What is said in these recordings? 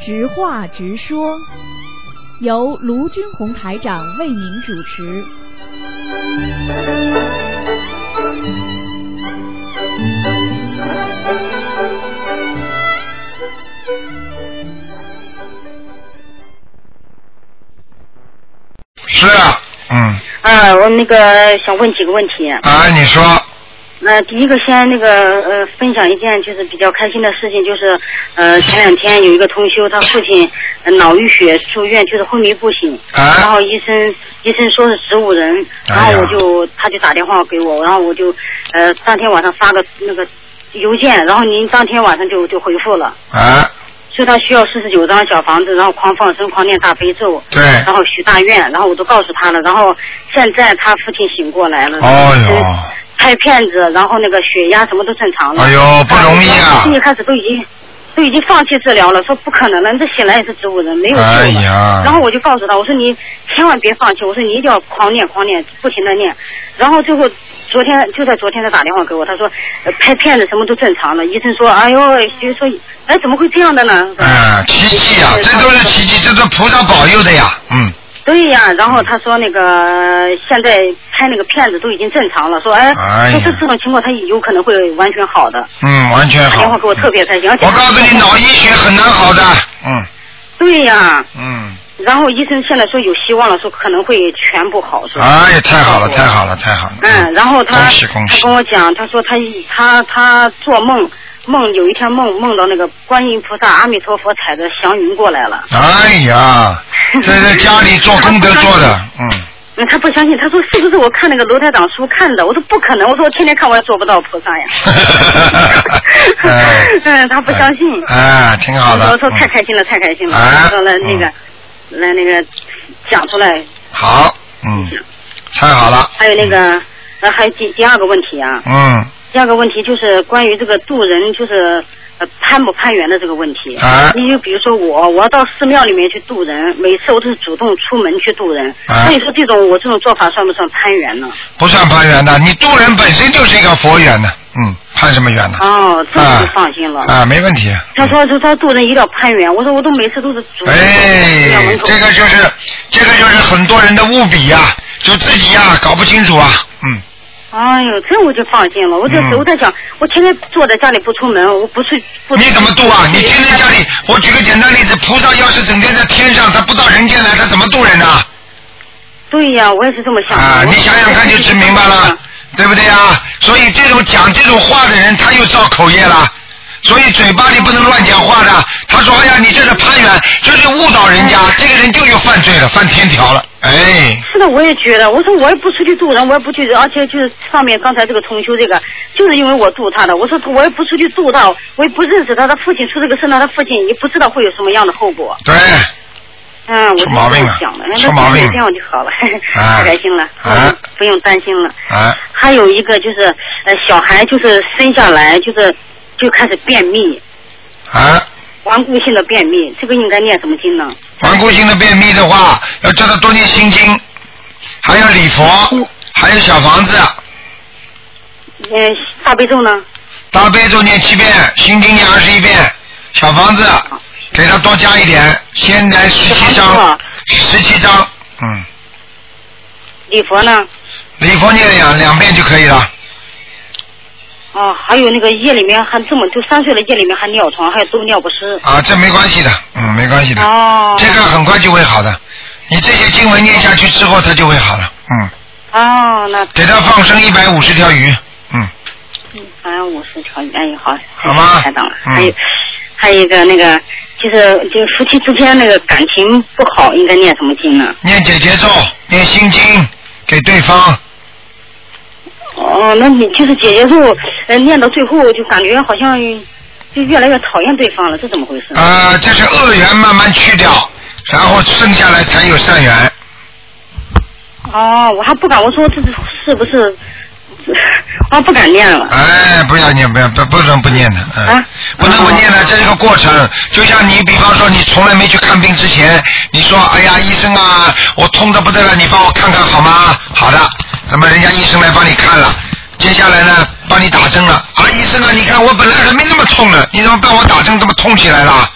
直话直说，由卢军红台长为您主持。是啊，嗯，啊，我那个想问几个问题。啊，你说，那第一个先那个呃，分享一件就是比较开心的事情，就是呃前两天有一个同修，他父亲呃脑淤血住院，就是昏迷不醒，啊然后医生医生说是植物人，然哎后呀我就他就打电话给我，然后我就呃当天晚上发个那个邮件，然后您当天晚上就就回复了，啊，说他需要四十九张小房子，然后狂放生，狂念大悲咒，对，然后许大愿，然后我都告诉他了，然后现在他父亲醒过来了，哦然后哟，拍片子，然后那个血压什么都正常了。哎呦，不容易啊从！一开始都已经都已经放弃治疗了，说不可能了，你这醒来也是植物人，没有救了。哎呀然后我就告诉他，我说你千万别放弃，我说你一定要狂念狂念，不停的念。然后最后昨天就在昨天他打电话给我，他说、呃拍片子什么都正常了，医生说哎呦，就说哎怎么会这样的呢？嗯，奇迹啊，这都是奇迹，这都菩萨保佑的呀，嗯，对呀，然后他说那个现在拍那个片子都已经正常了，说哎，哎呀说这这种情况他有可能会完全好的。嗯，完全打电好嗯话。给哎我特别开心，而且我告诉你，脑溢血很难好的，嗯对呀，嗯，然后医生现在说有希望了，说可能会全部好，是吧？哎，太好了，太好了，太好了。嗯，然后他恭喜恭他喜跟我讲，他说他一他他做梦梦有一天梦梦到那个观音菩萨、阿弥陀佛踩着祥云过来了。哎呀， 这在家里做功德做的，嗯。。嗯，他不相信，他说是不是我看那个罗台长书看的？我说不可能，我说我天天看我也做不到菩萨呀嗯，他不相信。哎，挺好的。我说太开心了，太开心了，哎我说了那个嗯来那个讲出来，嗯好，嗯，太好了。还有那个，呃，还有第第二个问题啊，嗯，第二个问题就是关于这个渡人，就是呃攀不攀缘的这个问题。啊你就比如说我，我要到寺庙里面去渡人，每次我都是主动出门去渡人。啊那你说这种我这种做法算不算攀缘呢？不算攀缘的，你渡人本身就是一个佛缘的，嗯，攀什么缘呢？哦，这啊我就放心了。啊，没问题。他说说他渡人一定要攀缘，我说我都每次都是主动去寺庙哎门，口。这个就是这个就是很多人的误比呀、就自己呀、搞不清楚啊，嗯，哎呦，这我就放心了。我这、嗯我在想，我天天坐在家里不出门，我不去不。你怎么渡啊？你天天家里，我举个简单例子，菩萨要是整天在天上，他不到人间来，他怎么渡人呢、对呀、我也是这么想的。啊，我你想想看就知明白了，对不对啊？所以这种讲这种话的人，他又造口业了。所以嘴巴里不能乱讲话的。他说：“哎呀，你这是攀援，就是误导人家，这个人就又犯罪了，犯天条了。”哎，是的，我也觉得，我说我也不出去渡人，我也不去，而且就是上面刚才这个同修这个，就是因为我渡他的，我说我也不出去渡他，我也不认识他，他父亲出这个事呢，他父亲也不知道会有什么样的后果。对，嗯，我就出毛病了啊这么想的，出毛病了那这样就好了， 啊太开心了，啊我就不用担心了。啊，还有一个就是，呃，小孩就是生下来就是就开始便秘，啊，顽固性的便秘，这个应该念什么经呢？顽固性的便秘的话，要叫他多念心经，还要礼佛，还有小房子，嗯、大悲咒呢？大悲咒念七遍，心经念二十一遍，小房子给他多加一点，先来十七小章房子，啊十七章，嗯，礼佛呢？礼佛念两两遍就可以了。哦，还有那个夜里面还这么，就三岁了，夜里面还尿床，还有多尿不湿。啊，这没关系的，嗯，没关系的，哦，这个很快就会好的。你这些经文念下去之后，它就会好了。嗯，哦，那给他放生一百五十条鱼。嗯，好像五十条鱼，哎，好，好吗太棒了。嗯还有还有一个那个，就是就夫妻之间那个感情不好，应该念什么经呢？念姐姐咒，念心经，给对方。哦，那你就是姐姐后，呃，念到最后就感觉好像就越来越讨厌对方了，这怎么回事？啊，这是恶缘慢慢去掉，然后剩下来才有善缘。哦，我还不敢，我说这是是不是？ 我还不敢念了。哎，不要念，不要不不能不念的，嗯，啊不能不念的，这是一个过程。就像你，比方说你从来没去看病之前，你说，哎呀，医生啊，我痛的不得了，你帮我看看好吗？好的，那么人家医生来帮你看了，接下来呢，帮你打针了。啊，医生啊，你看我本来还没那么痛呢，你怎么帮我打针这么痛起来了？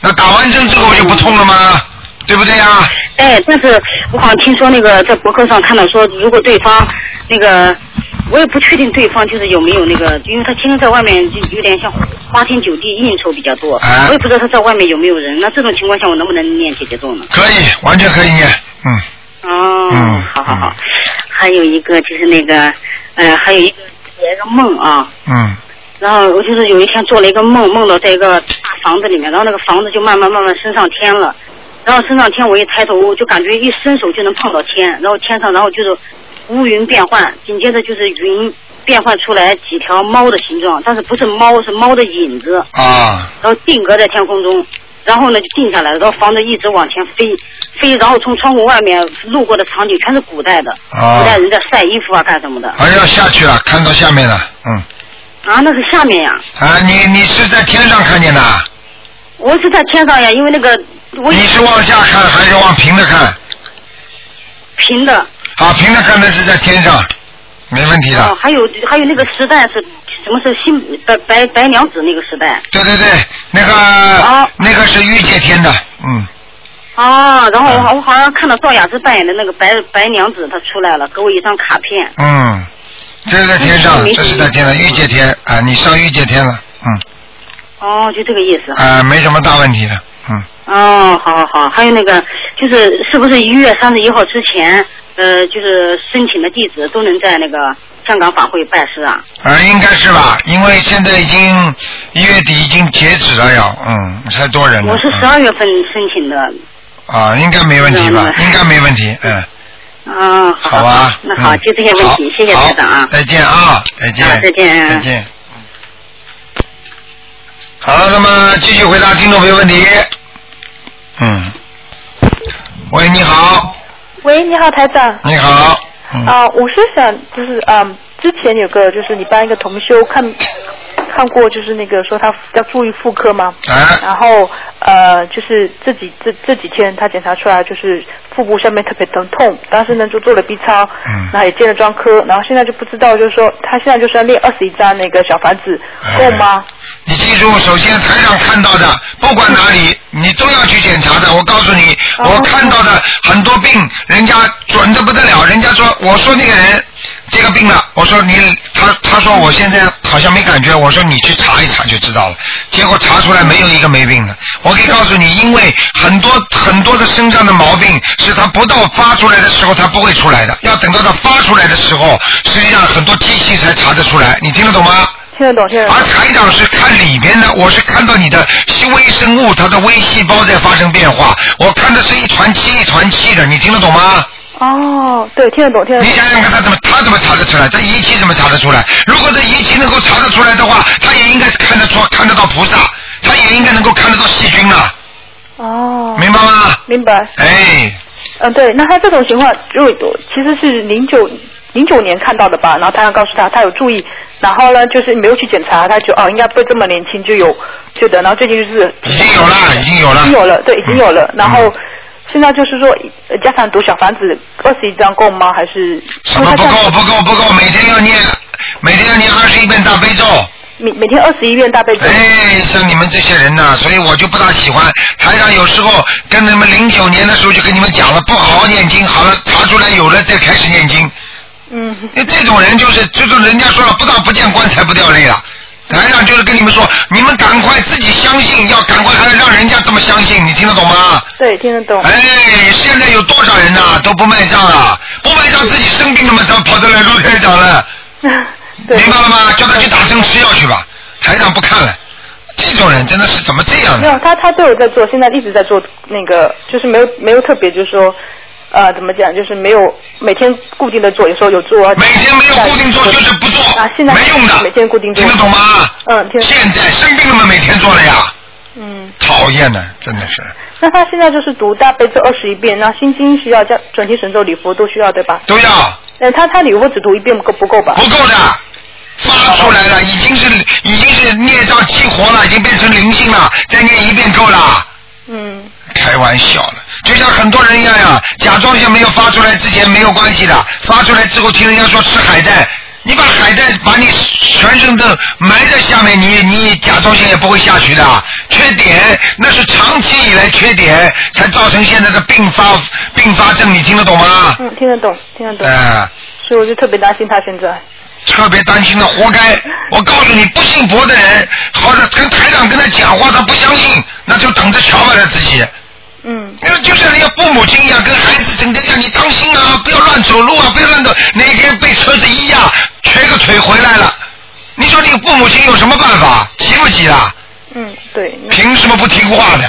那打完针之后就不痛了吗？对不对呀、哎，但是我好像听说那个在博客上看到说，如果对方那个，我也不确定对方就是有没有那个，因为他天天在外面就有点像花天酒地，应酬比较多，哎我也不知道他在外面有没有人。那这种情况下，我能不能念姐姐咒呢？可以，完全可以念。嗯，哦，嗯好好好。还有一个就是那个，呃，还有一个也是个梦啊。嗯，然后我就是有一天做了一个梦，梦到在一个大房子里面，然后那个房子就慢慢慢慢升上天了，然后升上天，我一抬头，我就感觉一伸手就能碰到天，然后天上然后就是乌云变幻，紧接着就是云变幻出来几条猫的形状，但是不是猫是猫的影子，啊，然后定格在天空中，然后呢就定下来了，然后房子一直往前飞，飞，然后从窗户外面路过的场景全是古代的，啊古代人在晒衣服啊干什么的，哎要下去了，看到下面了。嗯，啊那是下面呀、啊，你你是在天上看见的啊？我是在天上呀，因为那个我你是往下看还是往平的看？平的，啊，平的看的是在天上，没问题哦的。，还有还有那个时代是什么是新白白白娘子那个时代对对对，那哦个那个是御界天的，嗯，啊，然后我好嗯我好像看到赵雅芝扮演的那个白白娘子她出来了，给我一张卡片，嗯，这是在天上，嗯这是在天上，御界天啊，你上御界天了，嗯，哦，就这个意思，啊，没什么大问题的，嗯，哦，好好好，还有那个就是是不是一月三十一号之前，呃，就是申请的弟子都能在那个香港法会拜师啊？啊，应该是吧，因为现在已经一月底已经截止了要，嗯，太多人了，我是嗯十二月份申请的，啊，应该没问题吧，应该没问题，嗯，嗯，好好吧，那好，嗯就这些问题，好谢谢好台长啊。再见啊，再啊见，再见再见。好了，那么继续回答听众朋友问题。嗯，喂，你好，喂，你好，台长。你好，嗯，啊、我是想就是嗯，之前有个就是你帮一个同修看看过，就是那个说他要注意妇科嘛，哎，然后呃，就是这几这这几天他检查出来就是腹部下面特别疼痛，当时呢就做了 B 超，嗯然后也见了专科，然后现在就不知道就是说他现在就是要练二十一张那个小房子嗯够吗？你记住，首先台上看到的，不管哪里，你都要去检查的。我告诉你，哦我看到的很多病，人家准的不得了，人家说，我说那个人这个病了，我说你，他他说我现在好像没感觉，我说你去查一查就知道了。结果查出来没有一个没病的。我可以告诉你，因为很多很多的身上的毛病是他不到发出来的时候他不会出来的，要等到他发出来的时候，实际上很多机器才查得出来。你听得懂吗？听得懂， 听得懂而。台长是看里边的，我是看到你的微生物，它的微细胞在发生变化，我看的是一团气一团气的，你听得懂吗？哦，对，听得懂，听得你懂。想想看，他怎么他怎么查得出来？这仪器怎么查得出来？如果这仪器能够查得出来的话，他也应该是看得出看得到菩萨，他也应该能够看得到细菌了，哦，明白吗？明白。哎，嗯，对，那他这种情况就其实是零九零九年看到的吧，然后他要告诉他他有注意，然后呢就是没有去检查，他就哦应该不会这么年轻就有就得，然后最近就是已经有了，已经有已了，哦经有了，对，已经有了，嗯然后。现在就是说，呃加上读小房子二十一张够吗？还是什么不因为够他不够不够，每天要念，每天要念二十一遍大悲咒。每每天二十一遍大悲咒。哎，像你们这些人呐、所以我就不大喜欢。台长有时候跟你们零九年的时候就跟你们讲了，不好好念经，好了查出来有了再开始念经。嗯，那这种人就是，就是人家说了，不但不见棺材不掉泪了。台长就是跟你们说，你们赶快自己相信，要赶快还让人家这么相信，你听得懂吗？对，听得懂。哎，现在有多少人呐、都不卖账啊，不卖账自己生病了嘛，怎么跑到来陆台长了？ 对，明白了吗？叫他去打针吃药去吧。台长不看了，这种人真的是怎么这样没呢？有，他他都有在做，现在一直在做那个，就是没有没有特别就是说，呃，怎么讲，就是没有每天固定的做，有时候有做啊。每天没有固定做就是不做啊，现，在没用的。每天固定做听得懂吗？嗯，听，现在生病了嘛，每天做了呀，嗯，讨厌的，真的是，那他现在就是读大悲咒二十一遍，那心经需要加转提神咒、礼佛都需要对吧？都要呃，他他礼佛只读一遍够不够吧？不够的。发出来了，已经是已经是孽障激活了，已经变成灵性了，再念一遍够了。嗯，开玩笑了，就像很多人一样呀，甲状腺没有发出来之前没有关系的，发出来之后听人家说吃海带，你把海带把你全身都埋在下面，你你甲状腺也不会下去的。缺碘那是长期以来缺碘才造成现在的并发并发症，你听得懂吗？嗯，听得懂，听得懂，呃，所以我就特别担心他现在。特别担心的，活该。我告诉你，不信佛的人，好的跟台长跟他讲话，他不相信，那就等着瞧吧他自己。嗯那就像人家父母亲一样，跟孩子整天讲你当心啊，不要乱走路啊，不要乱走，哪天被车子一压，瘸个腿回来了，你说你父母亲有什么办法？急不急啊？嗯，对，那凭什么不听话的？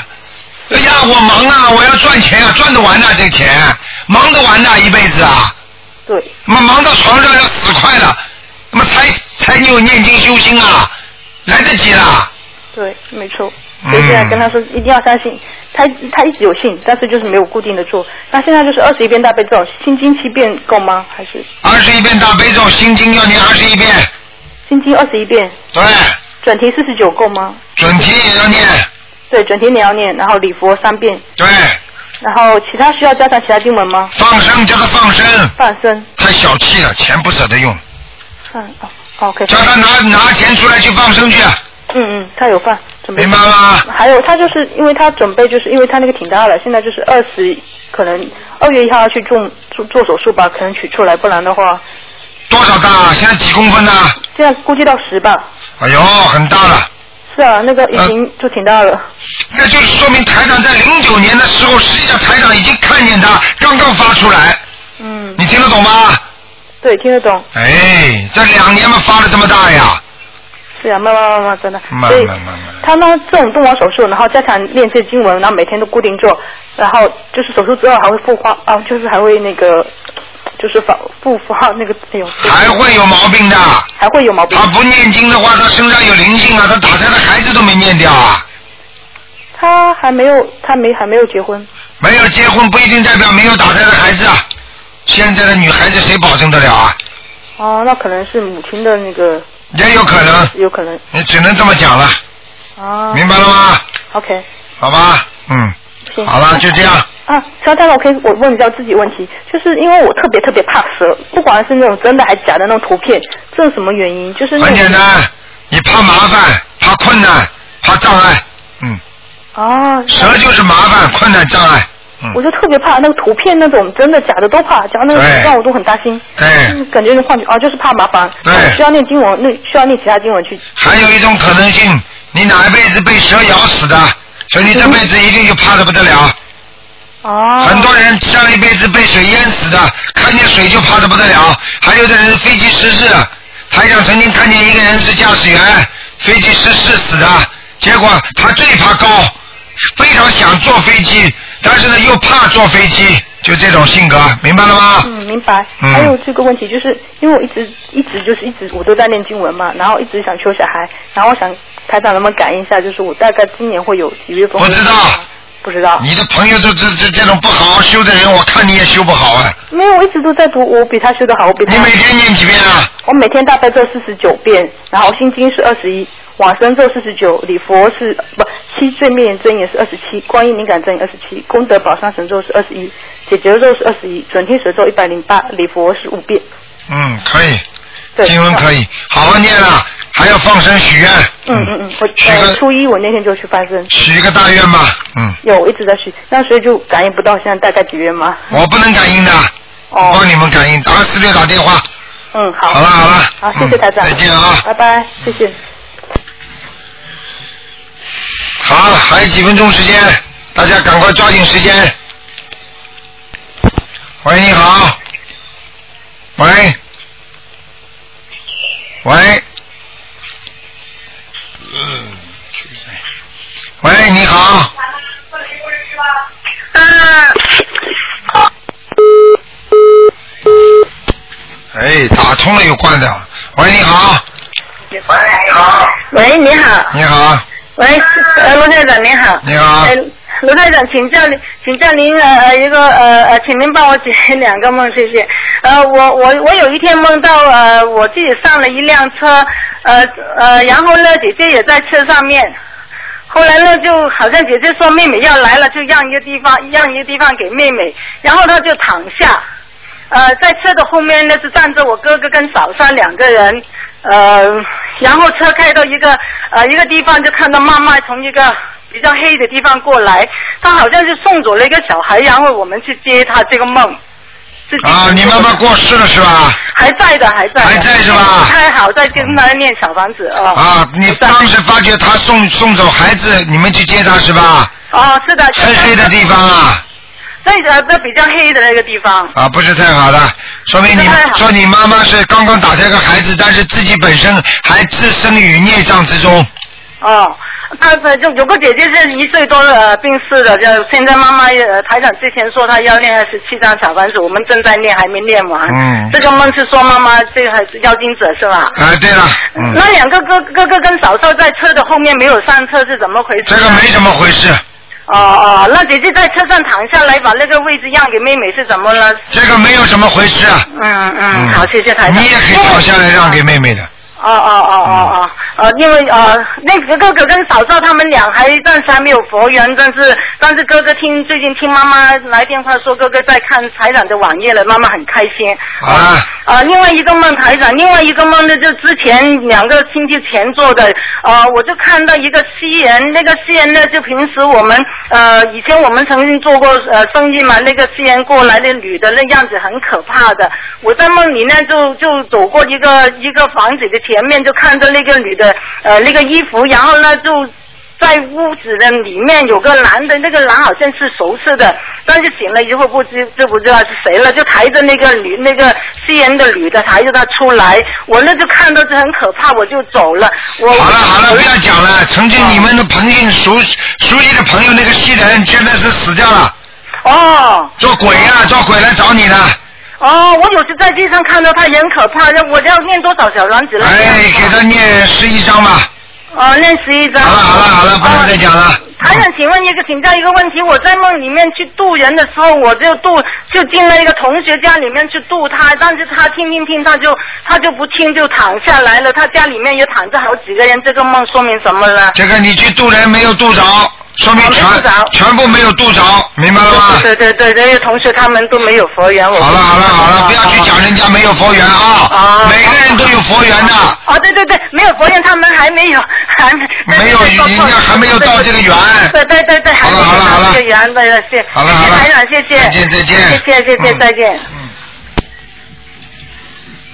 哎呀，我忙啊，我要赚钱啊，赚得完呐、这个钱忙得完呐、一辈子啊，对，那么忙到床上要死快了，那么才才你有念经修心啊，来得及啦。对，没错。嗯所以现在跟他说一定要相信，他他一直有信，但是就是没有固定的做。那现在就是二十一遍大悲咒，心经七遍够吗？还是二十一遍大悲咒，心经要念二十一遍，心经二十一遍，对，准提四十九够吗？准提也要念，对，准提你要念，然后礼佛三遍，对，然后其他需要加上其他经文吗？放生叫他放生，放生，太小气了，钱不舍得用，放哦，OK，叫他拿拿钱出来去放生去，啊嗯嗯，他有放，准备明白吗？还有他就是因为他准备就是因为他那个挺大了，现在就是二十，可能二月一号要去做做做手术吧，可能取出来，不然的话，多少大？现在几公分呢、这样估计到十吧。哎呦，很大了。是啊，那个已经就挺大了。那就是说明台长在零九年的时候，实际上台长已经看见他刚刚发出来，嗯，你听得懂吗？对，听得懂。哎，这两年嘛发的这么大呀，是啊，慢慢慢慢，真的。慢所以慢慢慢他呢，这种动完手术，然后加强练这经文，然后每天都固定做，然后就是手术之后还会复发，啊，就是还会那个，就是反复发那个，哎呦，还会有毛病的。还会有毛病他。不念经的话，他身上有灵性啊，他打胎的孩子都没念掉啊。他还没有，他没还没有结婚。没有结婚不一定代表没有打胎的孩子啊。现在的女孩子谁保证得了啊？哦，那可能是母亲的那个，也有可能，有可能你只能这么讲了，啊。明白了吗？ OK，好吧，嗯，行。好了，就这样。啊，肖太我可以我问一下自己问题，就是因为我特别特别怕蛇，不管是那种真的还假的那种图片，这是什么原因？就是那很简种单，你怕麻烦，怕困难，怕障碍，嗯，啊，蛇就是麻烦、困难、障碍，我嗯，就特别怕那个图片那种真的假的都怕，假如那对个让我都很担心，对。嗯感觉有点幻觉啊，就是怕麻烦，对需要念经文，那需要念其他经文去，还有一种可能性，你哪一辈子被蛇咬死的，所以你这辈子一定就怕的不得了。啊，很多人上一辈子被水淹死的，看见水就怕的不得了。还有的人飞机失事，台长曾经看见一个人是驾驶员，飞机失事死的，结果他最怕高，非常想坐飞机，但是呢又怕坐飞机，就这种性格，明白了吗？嗯，明白。嗯还有这个问题，就是因为我一直一直就是一直我都在念经文嘛，然后一直想求小孩，然后我想台长能不能感应一下，就是我大概今年会有几月份？不知道，不知道，你的朋友这这这这种不好好修的人，我看你也修不好啊。没有，我一直都在读，我比他修的好，我比他你每天念几遍啊？我每天大悲咒四十九遍，然后心经是二十一，往生咒四十九，礼佛是不七罪灭言真言是二十七，观音灵感真言二十七，功德宝山神咒是二十一，解结咒是二十一，准提神咒一百零八，礼佛是五遍。嗯，可以，对，经文可以，好好念了，还要放生许愿。嗯嗯嗯，我许呃个初一我那天就去翻身，许一个大愿吧，嗯，有我一直在去，那所以就感应不到现在大概几月吗？我不能感应的，我哦，帮你们感应，二四六打电话。嗯好，好了好了，好谢谢嗯台长，再见啊！拜拜，谢谢。好，还有几分钟时间，大家赶快抓紧时间。喂，你好。喂。喂。喂，你好。哎，打通了又关掉了。喂，你好，喂，你好，你好，喂，呃，卢台长您好，你好呃，卢台长，请教您，请教您呃呃一个呃呃，请您帮我解两个梦，谢谢。呃，我我我有一天梦到呃我自己上了一辆车，呃呃，然后呢姐姐也在车上面，后来呢，就好像姐姐说妹妹要来了，就让一个地方让一个地方给妹妹，然后她就躺下。呃，在车的后面呢是站着我哥哥跟嫂嫂两个人，呃，然后车开到一个呃一个地方，就看到妈妈从一个比较黑的地方过来，她好像是送走了一个小孩，然后我们去接她这个梦。是这啊，个你妈妈过世了是吧？还在的，还在的，还在是吧不太好，在跟她念小房子哦。啊，你在当时发觉他送送走孩子，你们去接他是吧？哦，是的，黑黑的地方啊，那个那比较黑的那个地方。啊，不是太好了，说明你不是太好说你妈妈是刚刚打掉个孩子，但是自己本身还置身于孽障之中。哦，他反正有个姐姐是一岁多呃病逝的，就现在妈妈呃台长之前说她要念二十七张小房子，我们正在念，还没念完。嗯啊这个梦是说妈妈这个还是妖精者是吧？啊，对了，嗯，那两个哥哥哥跟嫂嫂在车的后面没有上车是怎么回事？这个没怎么回事，哦哦，那姐姐在车上躺下来，把那个位置让给妹妹是怎么了？这个没有什么回事啊。嗯嗯，好，谢谢台长。你也可以跳下来让给妹妹的。哦哦哦哦哦，呃，因为呃，那个哥哥跟嫂嫂他们俩还暂时还没有佛缘，但是但是哥哥听最近听妈妈来电话说哥哥在看台长的网页了，妈妈很开心。啊，呃，另外一个梦台长，另外一个梦呢，就之前两个星期前做的，呃，我就看到一个西人，那个西人呢，就平时我们呃以前我们曾经做过呃生意嘛，那个西人过来那女的那样子很可怕的，我在梦里呢就就走过一个一个房子的前面，就看到那个女的呃那个衣服，然后呢就在屋子的里面有个男的，那个男好像是熟识的，但是醒了以后不知就不知道是谁了，就抬着那个女那个吸烟的女的抬着她出来，我那就看到就很可怕，我就走了。我嗯好了好了，不要讲了。曾经你们的朋友熟熟悉的朋友那个西人，现在是死掉了，哦做鬼呀、做鬼来找你了。哦，我有时在街上看到她也很可怕，要我要念多少小王子了？哎，给他念十一章吧。哦，念十一张。好了好了好了，不能再讲了。还想请问一个，请教一个问题。我在梦里面去渡人的时候，我就渡就进了一个同学家里面去渡他，但是他听听听，他就他就不听，就躺下来了。他家里面也躺着好几个人，这个梦说明什么呢？这个你去渡人没有渡着，说明哦没全渡着全部没有渡着，明白了吗？对对对，这些同学他们都没有佛缘。我好了好了好了，不要去讲人家没有佛缘啊啊，每个人都有佛缘的，哦，对对对，没有佛缘，他们还没有，还没没有人家还没有到这个缘。对对对对，还没有好了好了到这个缘，对对谢，好了好谢谢了台长，谢谢，再见再见谢谢谢谢嗯再见。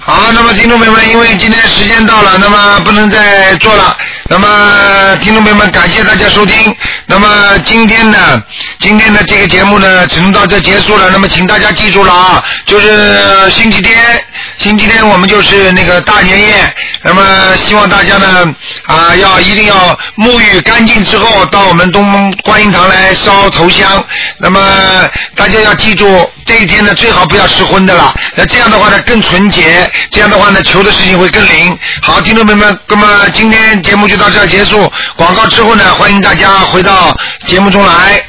好，那么听众朋友们，因为今天时间到了，那么不能再做了。那么听众朋友们，感谢大家收听。那么今天呢，今天的这个节目呢，只能到这结束了。那么请大家记住了啊，就是星期天，星期天我们就是那个大年夜。那么希望大家呢，啊，要一定要沐浴干净之后，到我们东方观音堂来烧头香。那么大家要记住，这一天呢，最好不要吃荤的了。那这样的话呢，更纯洁，这样的话呢，求的事情会更灵。好，听众朋友们，那么今天节目就到这儿结束。广告之后呢，欢迎大家回到节目中来。